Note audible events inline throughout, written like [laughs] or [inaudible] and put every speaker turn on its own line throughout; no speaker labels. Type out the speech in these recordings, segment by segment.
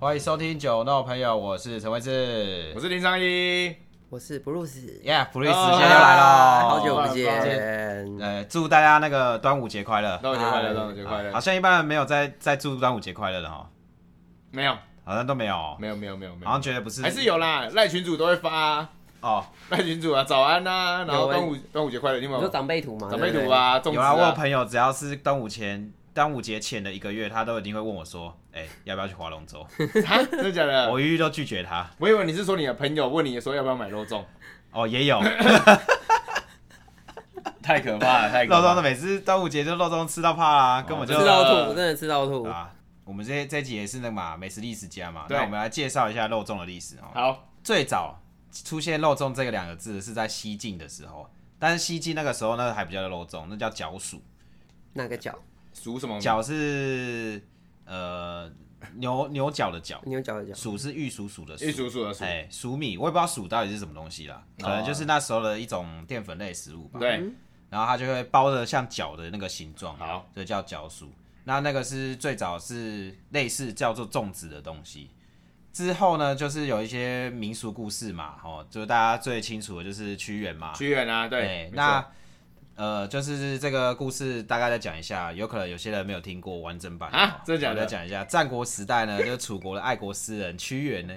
欢迎收听《酒肉朋友》，我是陈慧志
我。是林尚一，
我是 Bruce，
Yeah，Police
哦
今天又来喽，
好久不
好久
见。
呃，祝大家那个端午节快乐。
端午节快乐，端午节快乐
好。像一般人没有在在祝端午节快乐的哈，
没有，
好像都没有哦，
没有，没有，没有，没有
好像觉得不是，
还是有啦，赖群主都会发啊，
哦，
赖群主啊，早安呐，然后
有欸
端午端午节快乐，你有没
你说
有？
长辈图吗？
长辈
对不
图
对，
啊，粽
有
子
啊，我有
啊，
朋友只要是端午前。端午节前的一个月，他都一定会问我说：“哎、要不要去划龙舟
啊真的假？” [laughs]
[laughs]
的？
我一律都拒绝他。
我以为你是说你的朋友问你说要不要买肉
[laughs]
粽，
哦，也
[laughs]
有
啊
肉
太可怕了，太
粽的，每次端午节就肉粽吃到怕啦、根本就
哦我
吃
知道
到吐，真的吃到吐。
啊，我们这这集也是那个嘛美食历史家嘛，
对
那我们来介绍一下肉粽的历史哦。
好，
最早出现“肉粽”这个两个字是在西晋的时候，但是西晋那个时候呢还不叫肉粽，那叫角黍。
那个脚，
数什么？
角是呃牛牛角的角，
牛角的脚，
黍是玉黍黍的
一
黍。
数数的数，
哎，黍米我也不知道黍到底是什么东西啦，可能就是那时候的一种淀粉类食物吧。
对，
然后它就会包的像脚的那个形状，
好，
所以叫脚黍。那那个是最早是类似叫做粽子的东西。之后呢，就是有一些民俗故事嘛，哦，就是大家最清楚的就是屈原嘛。
屈原啊，
哎
对，没
那
错
呃，就是这个故事大概再讲一下，有可能有些人没有听过完整版
啊真的假
我
的
再讲一下，战国时代呢， [laughs] 就是楚国的爱国诗人屈原呢，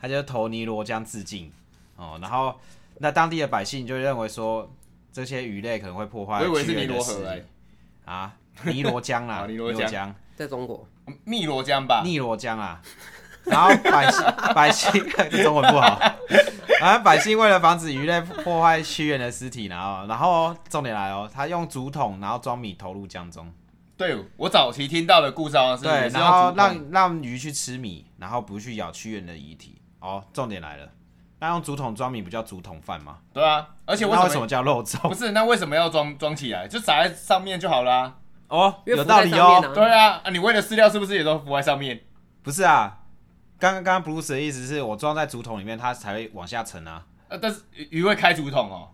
他就投尼罗江自尽哦，然后那当地的百姓就认为说这些鱼类可能会破坏
我以为
屈
是尼
原
罗
的
河
诗
哎，
啊，尼罗江啦
[laughs] 哦，尼
尼
罗江
江，
在中国，
汨罗江吧，
汨罗江啊。然后百姓 [laughs] 百姓这中文不好， [laughs] 然后百姓为了防止鱼类破坏屈原的尸体，然后然后重点来哦，他用竹筒然后装米投入江中，
对我早期听到的故事好像是
对，
你是
然
用
后
竹筒
让让鱼去吃米，然后不去咬屈原的遗体。哦，重点来了，那用竹筒装米不叫竹筒饭吗？
对啊，而且
那
为
为
什
什么
么
叫肉
不
粽？
是？那为什么要装装起来？就撒在上面就好啦。
哦，
因为
有
浮
道
在
理
上面
哦，
啊
对啊，啊你喂的饲料是不是也都浮在上面？
不是啊，刚刚刚刚 Bruce 的意思是我装在竹筒里面，它才会往下沉啊。
啊，但是鱼会开竹筒哦，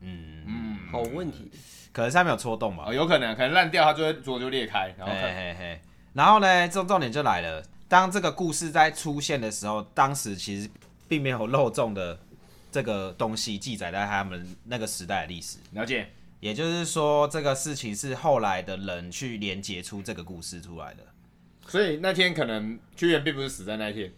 嗯，
嗯，
好问题。
可能是它没有戳洞吧
哦，。有可能，可能烂掉它就会左就裂开，然后
嘿
哎
可
嘿嘿，然后呢，重重点就来了，当这个故事在出现的时候，当时其实并没有肉粽的这个东西记载在他们那个时代的历史。
了解，
也就是说，这个事情是后来的人去连接出这个故事出来的。
所以那天可能屈原并不是死在那一天，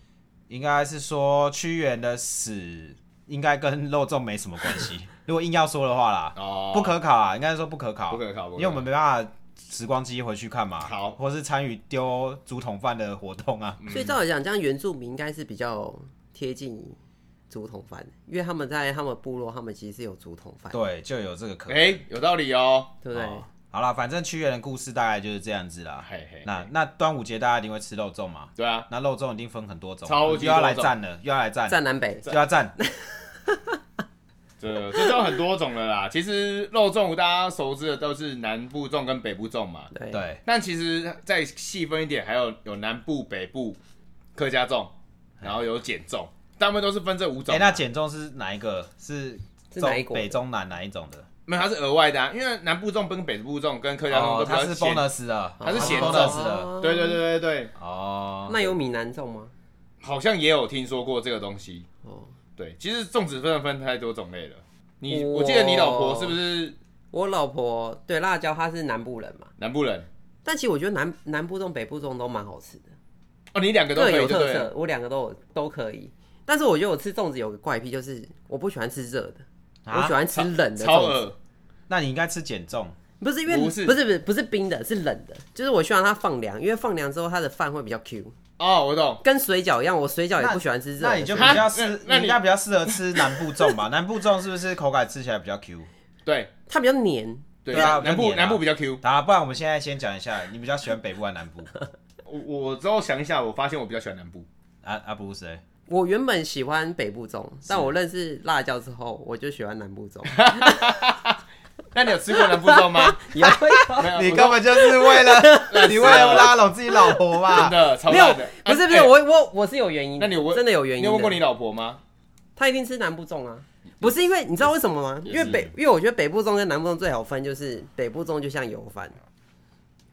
应该是说屈原的死应该跟肉粽没什么关
[laughs]
系。如果硬要说的话啦，
哦
不可考啊，应该是说不可考，
不可考不可
因
考
为我们没办法时光机回去看嘛，
好嗯
或是参与丢竹筒饭的活动啊。
所以照理讲，这样原住民应该是比较贴近竹筒饭，因为他们在他们部落，他们其实是有竹筒饭，
对，就有这个可能。
哎，有道理哦，
对不对？
哦好啦，反正屈原的故事大概就是这样子啦。
啊嘿嘿，
那那端午节大家一定会吃肉粽嘛？
对啊，
那肉粽一定分很多种，
超级
又要来
多种
战了，又要来战，
占南北
又要战。
这这就很多种了啦。其实肉粽大家熟知的都是南部粽跟北部粽嘛，
对
对，
但其实再细分一点，还有有南部、北部、客家粽，然后有碱粽，大部分都是分这五种
哎，
嘛。
那减重是哪一个？是
是
中
哪一国的
北中南哪一种的？
没有，它是额外的、啊，因为南部粽跟北部粽跟客家粽都
哦，
啊比
它
较
是
咸
bonus 的，
它是咸粽
它是 bonus 的。
哦
对对对对对，
哦，
那有闽南粽吗？
好像也有听说过这个东西。
哦，
对，其实粽子真的分太多种类了。你
哇
我记得你老婆是不是
我老婆对辣椒，她是南部人嘛，
南部人？
但其实我觉得南南部粽、北部粽都蛮好吃的，
哦，你两个都
各
可以
有
就
特
对了。
色，我两个都有都可以。但是我觉得我吃粽子有个怪癖，就是我不喜欢吃热的，
啊
我喜欢吃冷的
超
粽子。
恶，
那你应该吃减重
不是因为
不是
不是不是不是冰的，是冷的，就是我希望它放凉，因为放凉之后它的饭会比较 Q，
哦，我懂。
跟水饺一样，我水饺也不喜欢吃热的。
那你就比
哈
较适，
啊那那
你
你
应该比较适合吃南部粽吧？ [laughs] 南部粽是不是口感吃起来比较 Q？
对
它比较黏，
对
对啊
南
比
部
较黏啊
南部比较 Q。
好啦，不然我们现在先讲一下，你比较喜欢北部还是南部？
我我之后想一下，我发现我比较喜欢南部。
啊啊，不是欸，
我原本喜欢北部粽，但我认识辣椒之后，我就喜欢
[laughs]
南部粽。
那你有吃过南部粽吗？
有
[laughs] 没有，
你
啊我
根本就是为
[laughs]
了你为了
了
拉拢自己老婆嘛
啊真？的超
没有
烂的。？
不是
啊
不是，
哎
我我我是有原因的。
那你有问
真的有原因
你
的？
有问过你老婆吗？
他一定吃南部粽啊，不是因为你知道为什么吗？
也
因
是
为北，因为我觉得北部粽跟南部粽最好分就是北部粽就像油饭，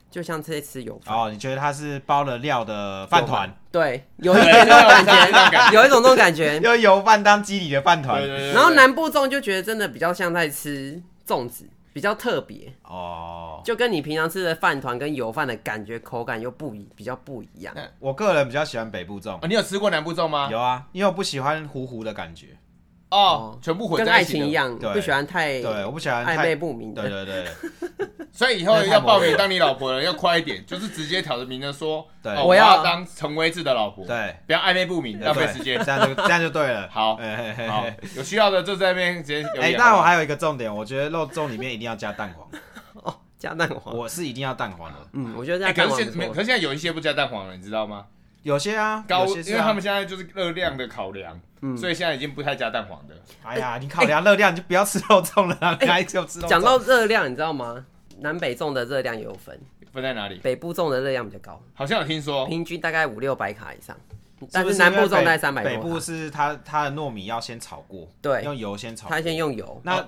就像这次有饭，
哦，你觉得它是包了料的饭团，
对，有一种这种感觉，有一种这种感觉。
用油饭当基底的饭团
对对，对对
然后南部粽就觉得真的比较像在吃粽子，比较特别，
哦，
就跟你平常吃的饭团跟油饭的感觉口感又不一，比较不一样。
我个人比较喜欢北部粽
哦，，你有吃过南部粽吗？
有啊，因为我不喜欢糊糊的感觉，
哦，全部混
跟
在
爱
一起
情
的。
一样，
对
不喜欢太
对，我不喜欢
暧
太
昧，不明
对
的。
对对，
[laughs]
所以以后
那太
要报
猛
名
了
当你老婆的人要快一
[laughs]
点，就是直接挑着明着说，
对
哦
我
我
要
要当陈威志的老婆，
对，
不要暧昧不明，
对
浪费时间。
这样就这样就对了。
好
哎嘿嘿
好
嘿，
有需要的就在那边直接留
哎、
言。
但我还有一个重点，我觉得肉粽里面一定要加蛋
[laughs]
黄，
哦，加蛋黄，
我是一定要蛋黄的。
嗯，我觉得这
哎
样
可
蛋
是
黄
现
不
没，可
错。
是现在有一些不加蛋黄了，你知道吗？
有些啊，
高，
有些
因
是
为
啊
他们现在就是热量的考量，
嗯
所以现在已经不太加蛋黄的。
哎呀，你考量热量，你就不要吃肉粽了
[laughs]
啦，你还就吃肉粽。
讲到热量，你知道吗？南北粽的热量也有分，
分在哪里？
北部粽的热量比较高，
好像有听说，
平均大概五六百卡以上，
哦是
但
不是
南部
因为
粽大概
北
三百
北
多
部
卡。
是它它的糯米要先炒过，
对
用油先炒过。
它先用油，
那
哦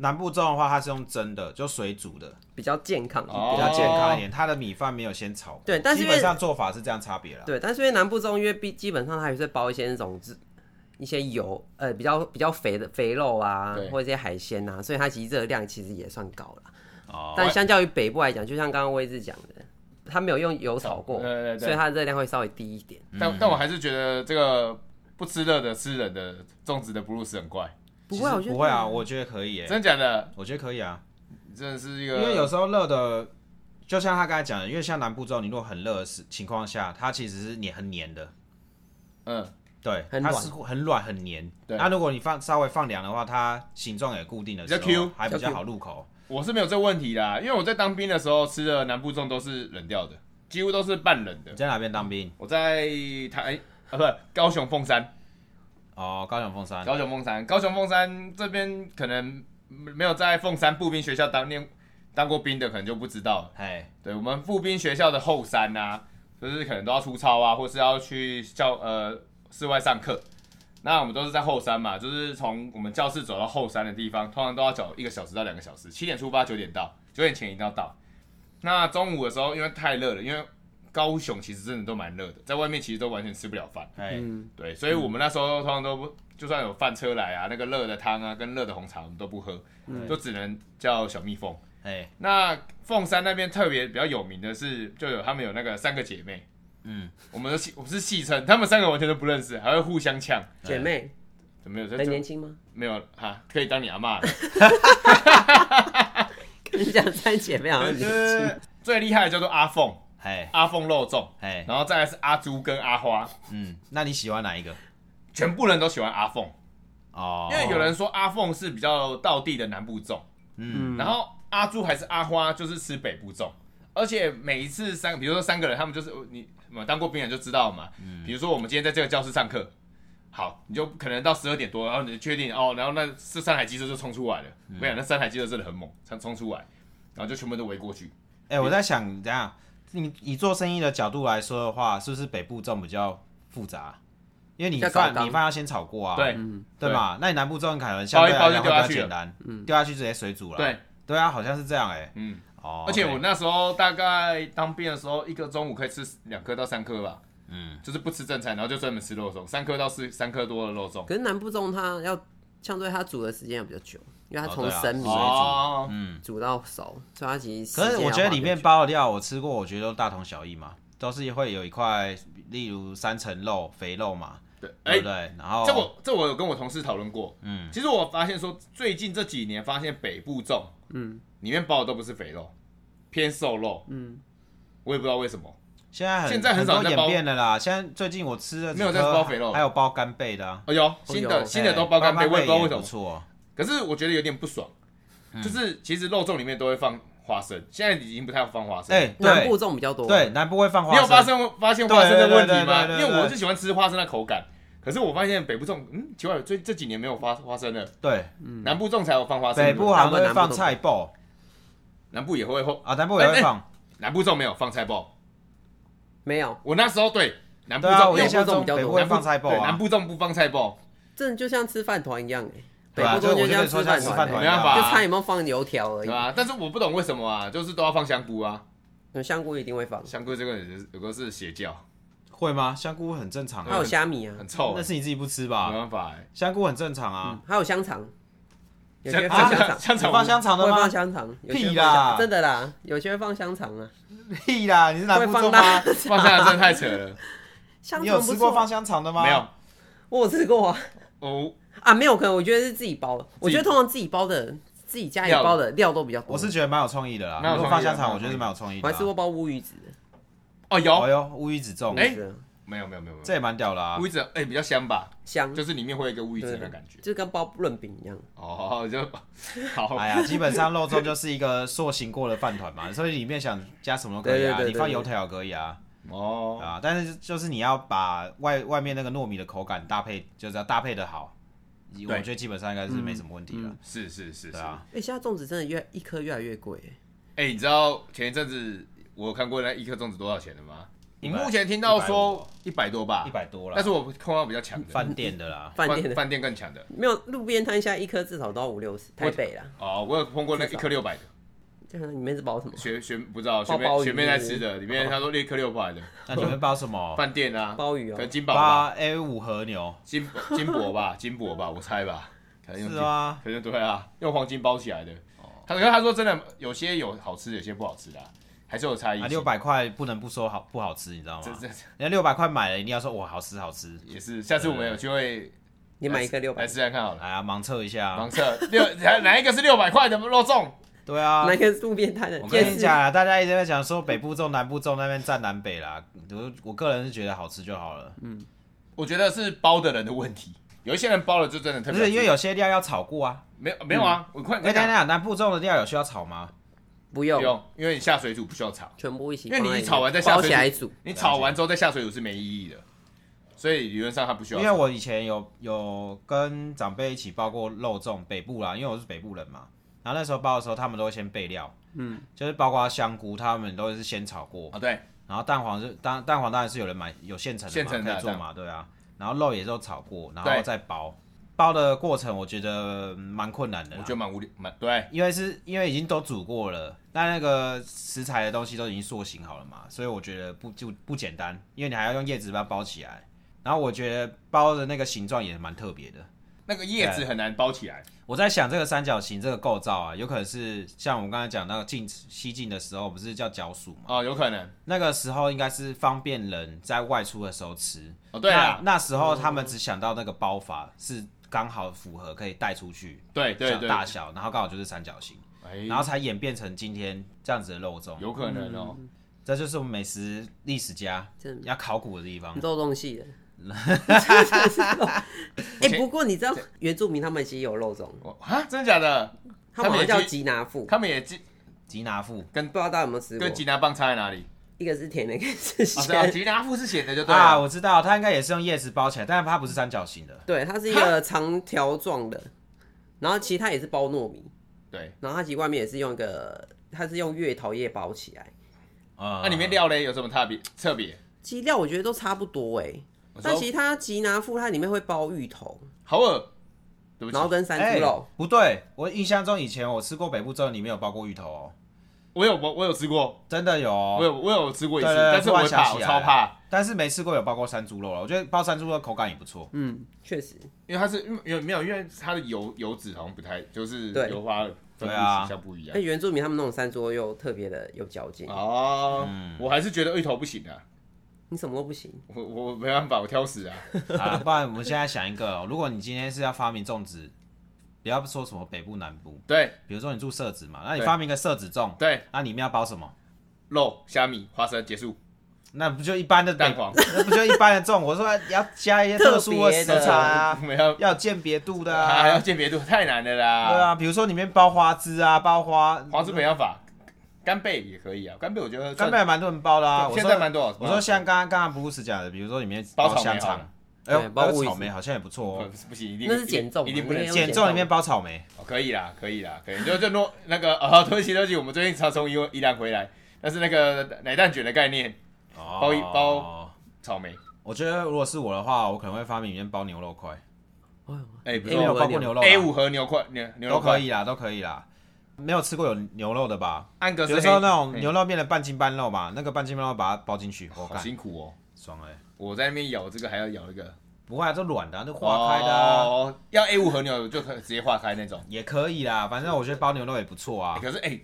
南部粽的话，它是用蒸的，就水煮的，
比较健康一
哦
比
点。
较健康一点。它的米饭没有先炒过，
对但是
基
因为
本上做法是这样差别啦。
对，但是因为南部粽，因为基基本上它还是包一些那种自一些油，呃，比较比较肥的肥肉啊
对，
或者一些海鲜啊，所以它其实热量其实也算高了。
哦
但相较于北部来讲，就像刚刚威志讲的，它没有用油炒过，
对对对
所以它的热量会稍微低一点。
嗯
但但我还是觉得这个不吃热的吃冷的粽子的布鲁斯很怪，
不会啊，我
其
觉
实
得
不会啊，我觉得可以耶、
真的假的？
我觉得可以啊，
真的是一
因
个，
为有时候热的，就像他刚才讲的，因为像南部粽，你如果很热的时情况下，它其实是黏很黏的，
嗯，
对，
很
它
软
是很软很黏。
对
那如果你放稍微放凉的话，它形状也固定的时候，
比较 Q
还比
比较
较
Q
好入口。
我是没有这问题啦，因为我在当兵的时候吃的南部粽都是冷掉的，几乎都是半冷的
你。在哪边当兵？
我在台啊，不，高雄凤山，
哦，高雄凤山。
高雄凤山，高雄凤山这边可能没有在凤山步兵学校当练当过兵的，可能就不知道了。
哎，
对我们步兵学校的后山啊，就是可能都要出操啊，或是要去教呃室外上课。那我们都是在后山嘛，就是从我们教室走到后山的地方，通常都要走一个小时到两个小时，七点出发，九点到，九点前一定要到。那中午的时候，因为太热了，因为高雄其实真的都蛮热的，在外面其实都完全吃不了饭。
哎，
嗯，
对，所以我们那时候通常都不，就算有饭车来啊，那个热的汤啊跟热的红茶我们都不喝，
嗯
就只能叫小蜜蜂。
哎，
那凤山那边特别比较有名的是，就有他们有那个三个姐妹，
嗯，
我们都戏我们是戏称，他们三个完全都不认识，还会互相呛，
哎
姐妹
怎么有
很
这
年轻吗？ [laughs]
没有哈，可以当你阿妈，
你讲三姐妹好像
就
很年轻
是 [laughs] 最厉害的叫做阿凤，
哎，
阿凤肉粽，
哎，
然后再来是阿朱跟阿花，
嗯，那你喜欢哪一个？
全部人都喜欢阿凤，
哦，
因为有人说阿凤是比较道地的南部粽，
嗯，
然后阿朱还是阿花就是吃北部粽，而且每一次三，比如说三个人，他们就是你我当过兵人就知道嘛。
嗯
比如说我们今天在这个教室上课，好，你就可能到十二点多，然后你就确定哦，然后那这三台机车就冲出来了。我
嗯
跟你讲，那三台机车真的很猛，冲冲出来，然后就全部都围过去。
哎，我在想，这样，你以做生意的角度来说的话，是不是北部粽比较复杂？因为你
比较高
饭
纲
你饭要先炒过啊，
对、
对嘛？那你南部粽可能相对来
包一
讲
包
会
就
比
丢下
较
去了嗯
简单，掉下去直接水煮了。
对，，
对啊，好像是这样哎。
嗯。
哦，
而且我
OK
那时候大概当兵的时候，一个中午可以吃两颗到三颗吧。嗯，就是不吃正餐，然后就专门吃肉粽，三颗到四三颗多的肉粽。
可是南部粽它要相对它煮的时间也比较久，因为
哦
它从
对啊
生米
水煮嗯
哦，
煮到熟，所以它其实时
可
间
是
要
我觉得
花
里面
比较久
包的料，我吃过，我觉得都大同小异嘛，都是会有一块，例如三层肉、肥肉嘛，
对，哎、
对不对？然后
这我这我有跟我同事讨论过，嗯，其实我发现说最近这几年发现北部粽，嗯，里面包的都不是肥肉，偏瘦肉，嗯，我也不知道为什么，
现在很
现在很
很
少
多
在包
演变了啦。现在最近我吃了
没有
几
在
颗
包肥肉
还有包干贝的啊，
哎呦，新的
有
新的
哎
都包干贝，我也不知道为
也
什
不
么，
错，
可是我觉得有点不爽，
嗯
就是其实肉粽里面都会放花生，现在已经不太放花生，
哎，
南部
对
粽比较多，
对，，南部会放花
你有发生发现花生的问题
对对对对
吗？
对对
因为我是喜欢吃花生的口感。可是我发现北部粽，嗯，奇怪，最这几年没有花花生了，
对，
南部粽才有放花生。
北部啊好像
大部分
会
南部
放
都
菜爆
南部也会放，
啊，南部也
哎
会
哎
放，
南部粽没有放菜包，
没有，
我那时候对南部
对啊，
粽，
我
因为
印象
南
中
部粽比较
北部
多
会
南部
放菜爆
对南
啊，
部粽不放菜包，
真的就像吃饭团一样哎，
对啊
北部粽
这我就
像
跟你说像
饭
吃
团
饭团
欸，
没办法
就看有没有放油条而
对
已。
啊吧？但是我不懂为什么啊，就是都要放香菇啊，
嗯香菇一定会放，
香菇这个也是有个是邪教，
会吗？香菇很正常
还
啊
有，虾米啊，
很臭
那
欸，
是你自己不吃
没
吧？
办法哎。
香菇很正常啊
嗯，还有香肠，有
香
些放香
香
肠，
香
你
肠
放啊香肠的
会
吗
放？香肠，有些
屁
放
啦
香真的啦，有些会放香肠啊，
屁啦，你是南
会
部
放
粽吗
辣？
放香肠真的太扯了，
香
你有
肠不
吃过 [laughs]
错
放
啊，
香肠的吗？
没有，
我有吃过啊。
我
啊，没有，可能我觉得是自己包的。我觉得通常自己包的，自己家里包的料都比较多。
我是觉得蛮有创意的啦。
蛮有
如果
创
放
意的
香肠，
蛮有
我觉得是蛮有创意
我
的
还吃
啊。
过包乌鱼子的，
哦
哎
有，
呦，乌鱼子粽，
哎
乌鱼子的
没有没有没有没
这也蛮屌的啊
有，乌。鱼子哎比较香吧，
香，
就是里面会有一个乌鱼子的感觉。
就跟包润饼一样。
哦，就 [laughs] 好，
哎呀，基本上肉粽就是一个塑形过的饭团嘛，所以里面想加什么都可以啊，
对对对对
你放油条也可以啊，
哦，
啊，但是就是你要把外外面那个糯米的口感搭配，就是要搭配的好，我觉得基本上应该是没什么问题了，
是是是是
对。啊，
哎、现在粽子真的越一颗越来越贵。
哎、你知道前一阵子我有看过那一颗粽子多少钱的吗？你
一百
目前听到说一百多吧
一，百多
嗯但
了
是，我碰到比较强的
饭店的啦，
饭店的
饭店更强的。
没有，路边摊现在一颗至少都要五六十，台北啦。
哦，我有碰过那一颗六百的，
这样里面是包什么？
学学不知道学
包包
妹
鱼
学妹在吃的，里面他说一颗六百的
那你们包什么？
嗯饭店啊，
鲍鱼哦
可能金宝吧，
八 A 五和牛
金金箔吧， [laughs] 金箔吧，我猜吧，可哎能用
是
金，
吗？
可能对啊，用黄金包起来的。
哦
他可是他说真的，有些有好吃，有些不好吃的啊，还是有差异
啊，
性。
六百块不能不说好不好吃，你知道吗
这，？这这
人家六百块买了，一定要说哇好吃好吃，
也是，下次我们有机会
你买一颗六
来
百，
试看看好了。
来啊盲测一下啊
盲，测六哪哪一个是六百块的肉粽？
对啊，
买一颗路边摊的。
我
夜
跟你
市
讲啊，大家一直在讲说北部粽、南部粽那边占南北啦，我我个人是觉得好吃就好了，
我觉得是包的人的问题，有一些人包了就真的特
不
别好吃。
是因为有些料要炒过啊。
没有没有啊？我
[laughs]
快
哎，
快
等
讲
一，下，南部粽的料有需要炒吗？
不
不
用，
用，因为你下水煮不需要炒，
全部一起
因
放
为
在里面。
你炒完再下
包
水
起来煮。
你炒完之后再下水煮是没意义的，所以理论上它不需
因
要
为
啊炒。
我以前有有跟长辈一起包过肉粽，北部啦，因为我是北部人嘛。然后那时候包的时候，他们都会先备料，嗯，就是包括香菇，他们都是先炒过，
啊，对，
然后蛋黄是当蛋黄当然是有人买有现成的
现
嘛，
成的
可以做
这样
嘛，对啊。然后肉也是有炒过，然后
对
再包，包的过程我觉得嗯蛮困难的
我
啦
觉。得蛮无聊，蛮对，
因为是因为已经都煮过了，但那个食材的东西都已经塑形好了嘛，所以我觉得不就不简单，因为你还要用叶子把它包起来，然后我觉得包的那个形状也蛮特别的。
那个叶子很难包起来。
我在想这个三角形这个构造啊，有可能是像我们刚才讲那个进西进的时候，不是叫角薯嘛？
哦，有可能。
那个时候应该是方便人在外出的时候吃。
哦，对啊，
那那时候他们只想到那个包法是刚好符合可以带出去，
对对对，
大小，然后刚好就是三角形。然
哎，
后才演变成今天这样子的肉粽。
有可能哦。
这就是我们美食历史家
真
要考古的地方
你。肉粽系的。哎、不过你知道原住民他们其实有肉粽，
我啊，真的假的？
他们好像
他
叫
们也
吉拿富，
他们也吉
吉拿富
不知道大家有没有吃过
跟？吉拿棒差在
[laughs]
哪里？
一个是甜的，一个是
啊，对啊，
咸的。
吉拿富是咸的就对
啊，
了。
我知道，它应该也是用叶子包起来，但是它不是三角形的。
对，它是一个长条状的，然后其实它也是包糯米，
对，
然后它其实外面也是用一个，它是用月桃叶包起来。
啊
那里面料嘞有什么特别特别？
其实料我觉得都差不多哎，
我
但
说
其实它吉拿富它里面会包芋头，
好恶，对不起
然，后跟山猪
哎
肉，
哎不对，我印象中以前我吃过北部粽，里面有包过芋头哦，
我有我我有吃过，
真的有哦。
我有我有吃过一次，
对对对
但是我会
突然
怕，
想
我
起来
超怕，
但是没吃过有包过山猪肉了。我觉得包山猪肉口感也不
[laughs]
错。
嗯，确实
因为它是因为没有，因为它的油油脂好像不太，就是
对
油花分
对
布
啊
比较不一
哎、
样。
原住民他们那种山猪肉又特别的有嚼劲，
哦，
嗯
我还是觉得芋头不行啊，
你什么都不行，
我我没办法，我挑食啊。
好了，不然我们现在想一个哦、如果你今天是要发明粽子，不要说什么北部南部，
对
比如说你住社子嘛，那你
对
发明个社子粽，
对，
那里面要包什么？
肉、虾米、花生结束，
那不就一般的北
蛋黄
[laughs] 那不就一般的粽？我说要加一些特殊的食材啊，
没有，
要有鉴别度的
还要
啊。
鉴别度太难了啦。
对，啊，比如说里面包花枝啊，包花
黄是没办法，干贝也可以啊，干贝我觉得
干贝还蛮多人包的啊。我
现
说
在蛮多少，
我说像刚刚刚刚布鲁斯讲的，比如说里面
包草莓
香
好
肠
了，
哎呦，
对包
还有
乌鱼
草
子
莓好像也不错
不
哦。
不行，一定
那是减重嘛啊
一定不能
那
吃
个。
减重里面包草莓，
哦，可以啦，可以啦，可以，就就诺那个哦， [laughs] 对不起，对不起，我们最近才从伊伊朗回来，但是那个奶蛋卷的概念，
包
一包。草莓，
哦我觉得如果是我的话，我可能会发明里面包牛肉块，
哎
哎，
呦
不
里面有
错
包过牛肉啊
A 五和牛块牛牛
都
肉
可啊
块，
以啦，都可以啦。没有吃过有牛肉的吧？
安格
比
斯
如
黑
说那种
嘿
牛肉变成半筋半肉嘛，那个半筋半肉把它包进去，我
好
干
辛苦哦，
爽哎、
我在那边咬这个还要咬一个
不会啊，这软的、啊，那化开的、啊
哦，要 A 五和牛就可以直接化开那种。
也可以啦，反正我觉得包牛肉也不错啊
欸，可是哎、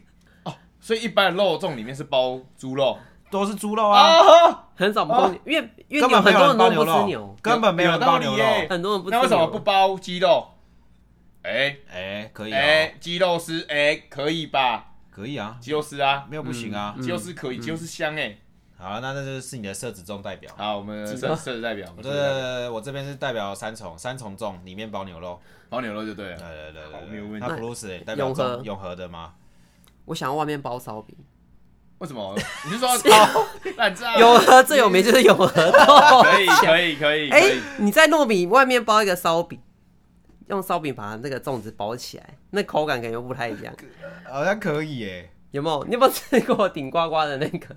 哦，所以一般的肉粽里面是包猪肉
都是猪肉啊，
很少包，因为哦因为
根
牛
本
很
没有
多
人
人都
包
不
牛
吃
肉
牛，，
根本没有人包牛肉
有道理。耶
很多人不
那
吃牛。
为什么不包鸡肉？哎、
哎、可以
哎、
啊、
鸡肉丝哎、可以吧？
可以啊，
鸡肉丝啊，
没有不行啊。
鸡肉丝可以，鸡肉丝香哎、
好了，那那就是你的社子众代表。
好，我们
鸡
社
肉
社的代表，我
我
们社的代表
这我这边是代表三重，三重粽里面包牛肉。呃
包牛肉就对
对
了。
对对对
好
对
没有问题
那 Bruce 也代表
永和
中永和的吗？
我想要外面包烧饼，
为什么？你是
[laughs]
说包烂炸？
永和最有名就是永和
[laughs]
豆。
可以可以可以
哎、
可以，
你在糯米外面包一个烧饼，用烧饼把那个粽子包起来，那口感感觉不太一样。
好像可以耶。
有没有？你有没有吃过顶呱呱的那个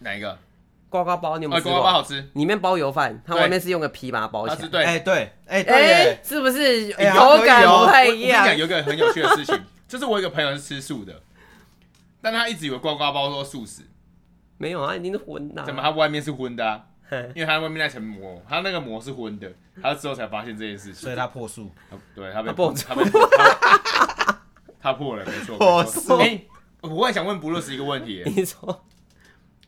哪一个？
呱呃呱包？你有没
哎，
有吃
锅
过？
包好吃，
里面包油饭，它
对
外面是用个皮把它包
它
起
是
来。
对。
哎对，哎对
哎、
耶，
是不是
哎呀
口
可
感
以哦
不太
我
一
我跟你
样？
讲，有一个很有趣的事情， [laughs] 就是我有一个朋友是吃素的，但他一直以为呱呱包都是素食，
没有啊，一定是荤的、啊。
怎么？它外面是荤的、啊？
嘿
因为它外面那层膜，它那个膜是荤的，他之后才发现这件事情。
所以他破数。
他对他被
他破
他被他他破了，没错。
破
没错
碎
哎、我也想问布鲁斯一个问题：
你说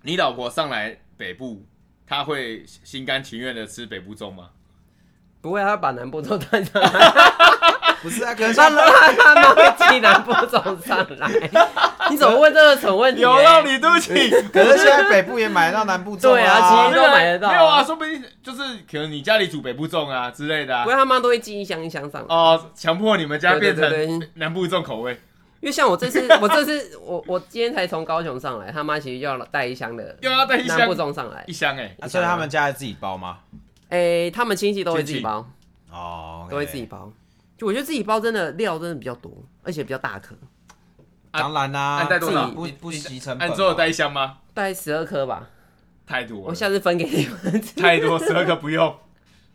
你老婆上来北部，她会心甘情愿的吃北部粽吗？
不会，他把南部粽端上来， [laughs]
不是啊，可是
他他他们会寄南部粽上 [laughs] 来。你怎么问这个蠢问题、欸？
理，对不起。
可是现在北部也买得到南部粽
对啊其实都买得到啊
没有啊，说不定就是可能你家里煮北部粽啊之类的啊
不。会，他妈都会寄一箱一箱上来。
哦，强迫你们家
对
变
对对
成南部粽口味，
因为像我这
[laughs]
次，我这次我我今天才从高雄上来，他妈其实要带一箱的
又要带一
南部
箱
粽上来
一。箱哎，
啊所以他们家自己包吗？
哎、他们亲戚都会自己包，
哦，OK，
都会自己包。就我觉得自己包真的料真的比较多，而且比较大颗，
当然啦，
啊按带多少
自己不不惜成本
按
嘛。
之后带一箱吗？
大概十二颗吧。
太多
我
了，
下次分给你们吃。
太多，十二颗不
[laughs]
用，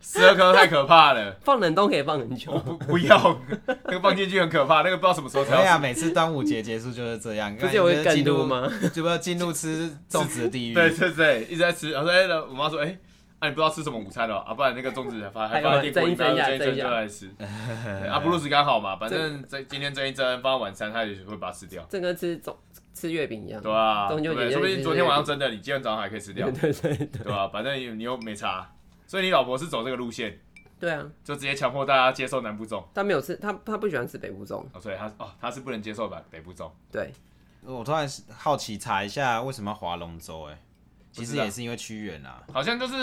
十二颗太可怕了。
放冷冻可以放很
我
久，
不不要， [laughs] 那个放进去很可怕，那个不知道什么时候才
对
要
啊，
吃。
每次端午节结束就是这样，
不是有一个
进
梗
入
图？吗？
就不要进入吃粽子的地狱。[laughs]
[laughs] 对对对，一直在吃。然后说，哎、那我妈说，哎、啊，你不知道吃什么午餐了、啊？不然那个粽子还放
哎
还放在电锅里，然后蒸一蒸就来吃。对啊，布鲁斯刚好嘛，反正这今天蒸一蒸，放到晚餐，他也会把它吃掉。
这跟吃粽吃月饼一样。
对啊，
中秋节
对
就是
说不定昨天晚上蒸的，你今天早上还可以吃掉
[laughs] 对，对对对
对吧、反正你又没差，所以你老婆是走这个路线，
对啊！
就直接强迫大家接受南部粽。
他没有吃，他他不喜欢吃北部粽。
哦，所以她哦，她是不能接受北北部粽。
对，
我突然好奇查一下，为什么要划龙舟、哎，其
不
实
知道
也是因为屈原啊。
好像就是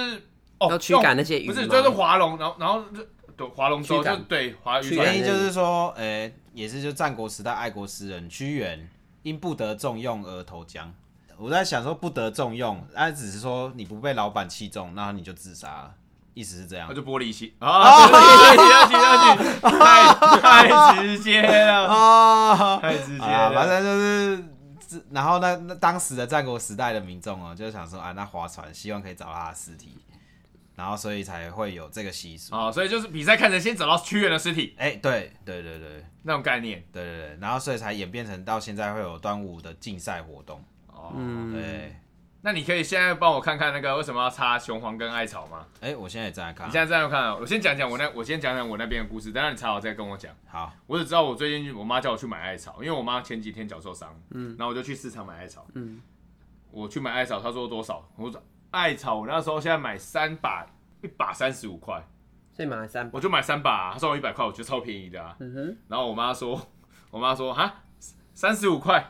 哦，
要驱赶那些鱼
不是
吗
就是划龙，然后然后就对划龙舟就
驱赶
对划渔
驱
原
船
赶
因就是说，呃、也是就战国时代爱国诗人屈原因不得重用而投江。我在想说不得重用，那、只是说你不被老板器重，然后你就自杀了，意思是这样
那。就玻璃心啊！对不起对不起对不起，太太直接
[laughs]
了，
啊
太直接
啊，反
了。
正就是自，然后呢，那当时的战国时代的民众哦、就想说啊，那划船希望可以找到他的尸体，然后所以才会有这个习俗。
啊，所以就是比赛看着先找到屈原的尸体
哎、对对对对
那种概念。
对对对，然后所以才演变成到现在会有端午的竞赛活动。
哦，
嗯
对，
那你可以现在帮我看看那个为什么要插雄黄跟艾草吗？
哎、我现在也正在看
你现。在这样看啊，我先讲讲我那我先讲讲我那边的故事，等到你查好再跟我讲。
好，
我只知道我最近我妈叫我去买艾草，因为我妈前几天脚受伤，嗯，然后我就去市场买艾草，
嗯，
我去买艾草，她说多少？我说艾草，我那时候现在买三把，一把三十五块，
所以马来三
我就买三把、啊她送我一百块，我觉得超便宜的啊。
嗯哼，
然后我妈说，我妈说哈，三十五块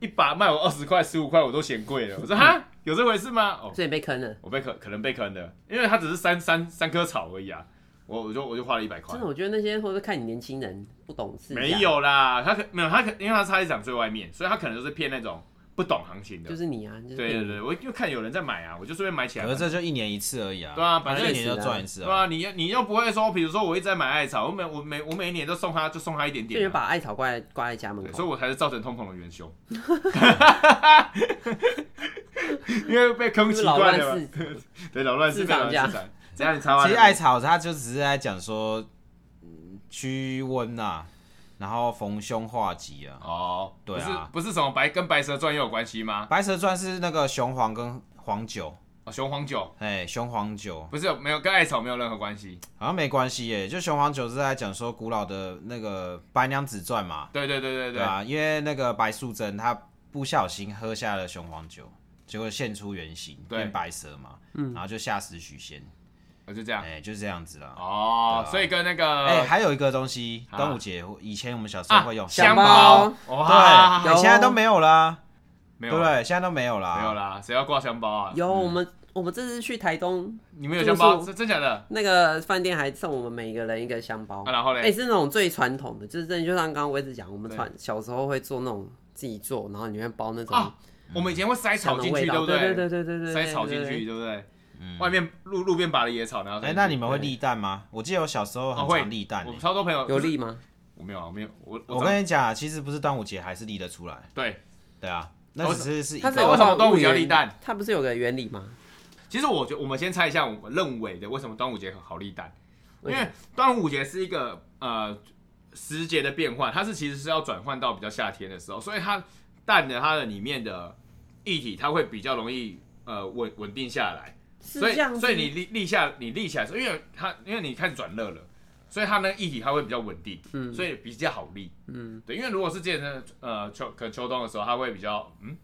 一把卖我二十块，十五块我都嫌贵了。我说哈，有这回事吗？哦，
所以被坑了。
我被可可能被坑的，因为它只是三三三棵草而已啊，我我就我就花了一百块
真的，。我觉得那些会不会看你年轻人不懂事？
没，有啦，他可没有他可，因为他是菜市场最外面，所以他可能就是骗那种不懂行情的。
就是你啊，就是
对
骗
对
你
对，我就看有人在买啊，我就顺便买起来
可
嘛。
是这就一年一次而已啊。
对啊反正
一
也
年
是啊
就赚一次
对
啊。
啊，你你又不会说，比如说我一直在买艾草，我每我每我每一年都送他，就送他一点
就有
点
人
嘛、
把艾草挂在挂在家门
对所
口，
以我才是造成通膨的
[laughs]
元凶。 [laughs] 因为被坑
就是
习
老
惯
乱
了
世
嘛，对扰乱世
市
被
场
扰
价
乱市场。这样你查完了
其
没，
实艾草它就只是在讲说嗯驱温呐，然后逢凶化吉啊。
哦，
对啊
不是不是什么白跟白蛇传也有关系吗？
白蛇传是那个雄黄跟黄酒，
哦，雄黄酒
哎，雄黄酒
不是有没有跟艾草没有任何关系？
好像没关系耶，就雄黄酒是在讲说古老的那个《白娘子传》嘛，
对对对对
对啊，因为那个白素贞她不小心喝下了雄黄酒，结果现出原形
对
变白蛇嘛，然后就吓死许仙，
我就这样。
哎、就是这样子啦。
嗯哦，所以跟那个
哎、还有一个东西，
啊
端午节以前我们小时候
啊
会用
香
包
包，
哇，
对，哎
有
现在都没有啦，
没
对
有
不
了
对？现在都没有啦，
没有啦，谁要挂香包啊？
有我们我们这次去台东
你们有香包？
住宿
真真假的？
那个饭店还送我们每一个人一个香包
啊，，然后
哎、
嘞，
是那种最传统的，就是真的就像刚刚我一直讲，我们
对
传小时候会做那种自己做，然后里面包那种
啊我们以前会塞
香
草
的
进
味
去，
道
对不
对
对
对对对对，
塞草进
对
去，。对不对？外面路路边拔的野草，然后
嗯
塞
哎、
进去
那你们会立蛋吗？我记得我小时候
哦
很
会
常立蛋、
我
欸
超多朋友
有，利吗？
我没有啊，我没有，我
我
长
跟你讲，其实不是端午节还是立得出来，
对，哦
对啊，那只是是一
它
个
是
那
有
为什么
那种
端午
物
节要
源
立蛋？
它不是有个原理吗？
其实我觉得我们先猜一下，我认为的为什么端午节很好立蛋，因
为什
为端午节是一个呃时节的变换，它是其实是要转换到比较夏天的时候，所以它蛋的它的里面的液体，它会比较容易呃稳稳定下来。
是
所以
这样子，
所以你立立下你立起来的时候，因为它因为你开始转热了，所以它那个液体它会比较稳定，
嗯
所以比较好立。
嗯，
对，因为如果是之前的呃秋可能秋冬的时候，它会比较嗯，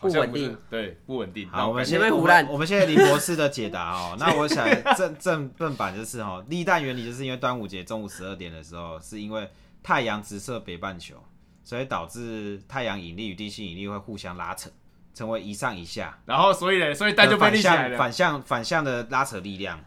不
好像
稳
是
定，
对，不稳定。那
好，我
种
们
感觉
先
你会
我
胡
们
乱
我们谢谢林博士的解答哦。那我想正正正版就是哦，立蛋原理就是因为端午节中午十二点的时候，是因为太阳直射北半球，所以导致太阳引力与地心引力会互相拉扯，成为一上一下，
然后所以呢，所以蛋就被
反
立起来
向
了。
反向反向的拉扯力量。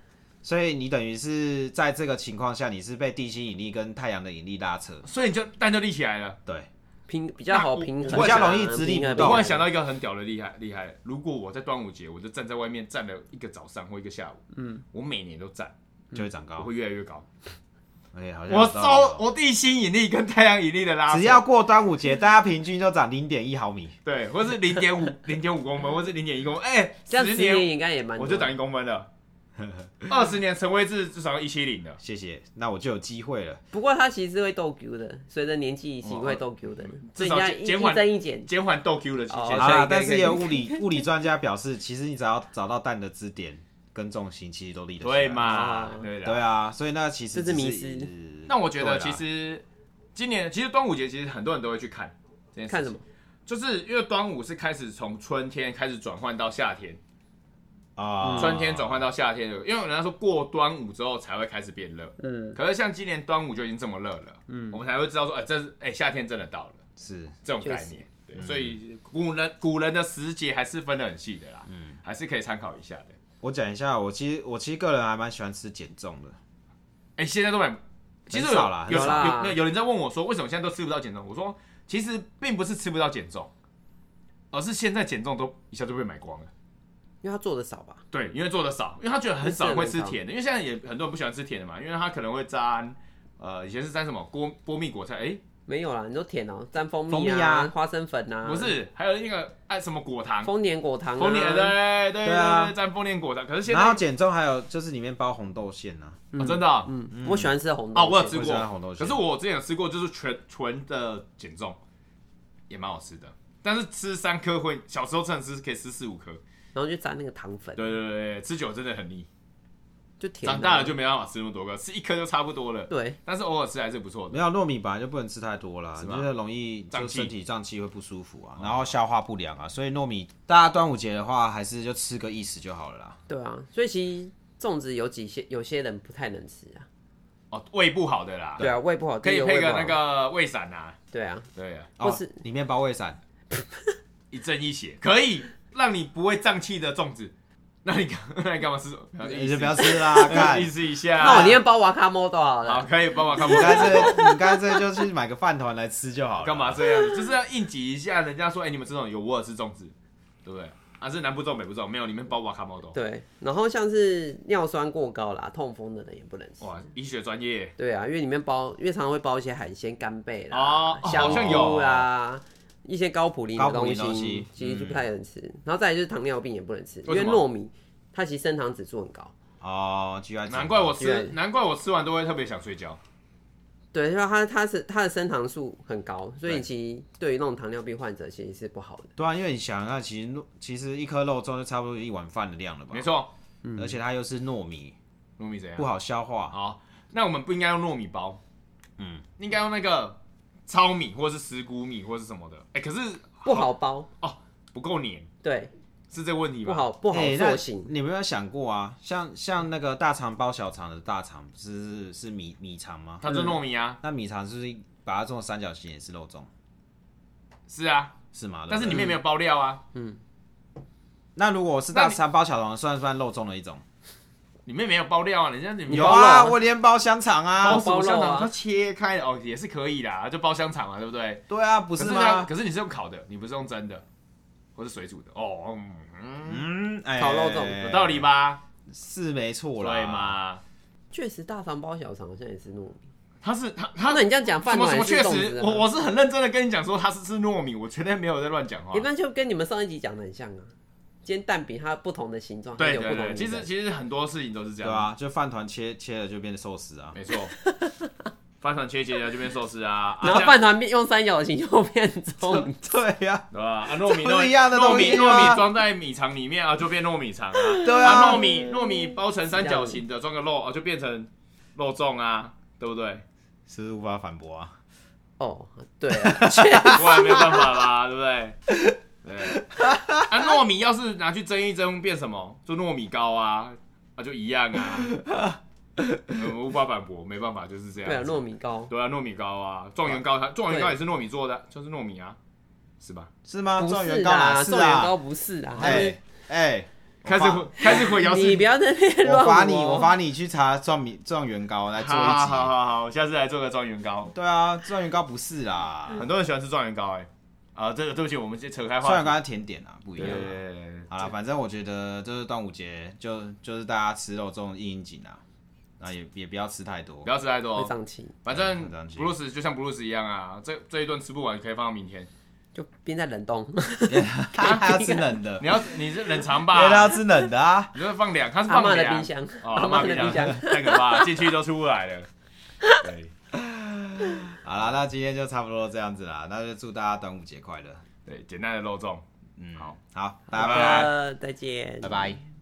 所以你等于是在这个情况下，你是被地心引力跟太阳的引力拉扯，
所以你就蛋就立起来了。
对，
平比较好平
那
衡，啊
我比较
容易直立
平衡
不
我
动
忽然想到一个很屌的厉害厉害的，如果我在端午节，我就站在外面站了一个早上或一个下午，嗯，我每年都站，
就会长
我
高。
会越来越高。
哎，好像有
我
道理
收
哦
我地心引力跟太阳引力的拉扯，
只要过端午节，大家平均都长零点一毫米。
对，或是零点五、 [laughs] 零点五公分，或是零点一公分，哎、
这样
十
十
年
年应该也蛮多
我
的，
就长一公分了。 [laughs] 二十年陈威志至少要一七零的，
谢谢，那我就有机会了。
不过它其实会斗 Q 的，随着年纪型会斗 Q 的，所以应该
嗯至少
一
减缓
一增一减。
减缓斗 Q 的期限。
哦
好
可以
啦
可，以
但是
可以
也有物理物理专家表示，其实你只要找到蛋的支点跟重心，其实都立得起来
对？嘛，
哦
对
对
的。
啊，所以那其实
这是
只
迷
是
那我觉得
对
其
啦
实今年其实端午节其实很多人都会去看这件事情
看什么？
就是因为端午是开始从春天开始转换到夏天，
啊，
春天转换到夏天的，因为人家说过端午之后才会开始变热，
嗯，
可是像今年端午就已经这么热了，嗯，我们才会知道说，哎、这是哎、夏天真的到了。
是
这种概念。对，所以古人古人的时节还是分得很细的啦，嗯，还是可以参考一下的。
我讲一下，我其实我其实个人还蛮喜欢吃减重的，
哎、现在都买，其实有
很少啦
有
很少啦
有有有人在问我说，为什么现在都吃不到减重？我说其实并不是吃不到减重，而是现在减重都一下就被买光了。
因为他做的少吧？
对，因为做的少，因为他觉得很少人会吃甜的，因为现在也很多人不喜欢吃甜的嘛，因为他可能会沾，呃，以前是沾什么波波蜜果菜，哎、
没有啦，你说甜哦，沾蜂
蜂
蜜
蜜
啊
啊、
花生粉啊，
不是，还有那个哎、什么果糖，
丰年果糖啊，
丰年，对对
对啊
对，沾丰年果糖，可是现在
然后减重还有就是里面包红豆馅呐，
哦真的哦、
嗯，我喜欢吃红豆
哦，
馅。
我有吃
我喜欢
过
红豆，馅
可是我之前有吃过，就是全纯的减重，也蛮好吃的。但是吃三颗会，小时候真的吃可以吃四五颗。
然后就沾那个糖粉，
对对对对，吃久了真的很腻，
就甜的啊。
长大了就没办法吃那么多颗，吃一颗就差不多了。
对，
但是偶尔吃还是不错的。
没有糯米本来就不能吃太多啦，
是吗
就是容易
胀
就
气哦
身体胀气会不舒服啊，然后消化不良啊，所以糯米大家端午节的话还是就吃个意思就好了啦。
对啊，所以其实粽子有几些有些人不太能吃啊。
哦，胃不好的啦，
对啊，胃不好，
可以
第一
配
胃
个
不好
那，个胃散啊。
对啊，
对啊，
哦
或是，
里面包胃散，
一正一邪，可以让你不会胀气的粽子。那你干那你干嘛吃？
你就不要吃
[laughs]
啦，看
意。思一下。
那我宁愿包瓦卡莫多好
好，
了。
可以帮我看。
你干脆你干脆就去买个饭团来吃就好了。
干嘛？这样子？就是要应急一下，人家说，哎、你们这种有我尔吃粽子，对不对？啊，是南部粽北部粽，没有，里面包瓦卡毛豆。
对，然后像是尿酸过高啦、痛风的人也不能吃。
哇，医学专业，
对啊，因为里面包，因为常常会包一些海鲜干贝
哦
啦、
哦
香
好像
菇
有
啦，一些高普林的
高普林东
西
西，
其实就不太能吃。然后再来就是糖尿病也不能吃，因
嗯为什
为
么
糯米它其实升糖指数很高。
哦，居然
难怪我
对
吃，难怪我吃完都会特别想睡觉。
对，因为它它是它的升糖素很高，所以其实对于那种糖尿病患者其实是不好的。
对啊，因为你想啊，其实糯其实一颗肉粽就差不多一碗饭的量了吧？
没，错，嗯
而且它又是糯米，
糯米怎样
不？好消化。
好，那我们不应该用糯米包，
嗯，
应该用那个糙米或是石谷米或是什么的。哎、可是
不好包，
不够黏，
对，
是这个问题吧？
不好不好
哎那
塑形，
你有没有想过啊？像像那个大肠包小肠的大肠不是是米米肠吗？
它是糯米啊，
那米肠是不是把它做成三角形也是肉粽，
是啊，
是吗？
但是
对
里
不对
面没有包料啊，
那如果我是
那
大
你
肠包小肠，算不算肉粽的一种？
里面没有包料啊，人家里面
有
包肉
啊，
啊
我连包香肠啊
包，什么香
包肉
肠
啊
它切开的哦，也是可以啦，就包香肠嘛，对不对？
对啊，不
不
是
呢
吗？
可是你是用烤的，你不是用蒸的，或是水煮的哦，嗯，
嗯，哎
烤肉粽
有道理？吧？
是没错啦，
对？嘛？
确实大肠包小肠好像也是糯米。
它是它它
啊，那你这样讲，
什
饭
么
团
什
也
么确
是粽子
实，
啊
我我是很认真的跟你讲说它是吃糯米，我绝对没有在乱讲话哦
[laughs] 一。般就跟你们上一集讲的很像啊。煎蛋饼它不同的形状，它
对
有不
对
同的
对，
味道。
其实其实很多事情都是这
对
样，
啊，就饭团切切了就变成寿司啊。
没错。饭团切切啊，这边寿司啊，啊
然后
这样
饭团变用三角形就变
哦
粽，
[laughs] 对呀，
对吧？啊，糯米
这
糯
不
米
是一样的
糯
东
米
西吗
糯米装在米肠里面啊，就变糯米肠啊。
对啊
糯米糯米包成三角形的，装个肉啊，就变成肉粽啊，对
[laughs]
不对？
是不是无法反驳啊。
哦，对啊，
我也没有办法啦，对不对？对。啊，糯米要是拿去蒸一蒸，变什么？就糯米糕啊，啊，就一样啊。呃无法反驳，没办法，就是这样。
对啊，糯。米糕
对啊，糯米糕啊，状元糕它状元糕也是糯米做的，就是糯米啊，是吧？
是吗？
不
状
是
元糕哪
啦，
是
状元糕
啊？
不是啦，它是
哎哎，
开始
我
开始混淆
你
视
不要在那边
罚
乱
我罚你，我罚你去查状米状元糕来做
好好
一
好
集。
好好，我下次来做个状元糕。
对啊，状元糕不是啦，
很多人喜欢吃状元糕、哎，啊，这个对不起，我们先扯开话题。
状元糕是甜点啊，不一
对，
样
对
啊。
对对对
好了，反正我觉得就是端午节就就是大家吃肉粽应应景啊，然后也也不要吃太多 [laughs]
不。要吃太多
会
哦。
胀气，
反
嗯
正
这样子
Bruce 就像 Bruce 一样啊，这这一顿吃不完，可以放到明天。
就冰在冷冻，
他还要吃冷
[laughs]
的，
你要你是冷藏
因为他
吧
要？吃冷的啊。
你就是放凉，他是
阿
放
嬷的
凉
冰。箱，
哦，
阿
妈
嬷的冰箱
箱，太可怕了，进去都出不来了。对
好啦，那今天就差不多这样子啦，那就祝大家端午节快乐。
对，简单的肉粽。
嗯，
好，
好，
好
大家拜拜，
的，再见，
拜拜。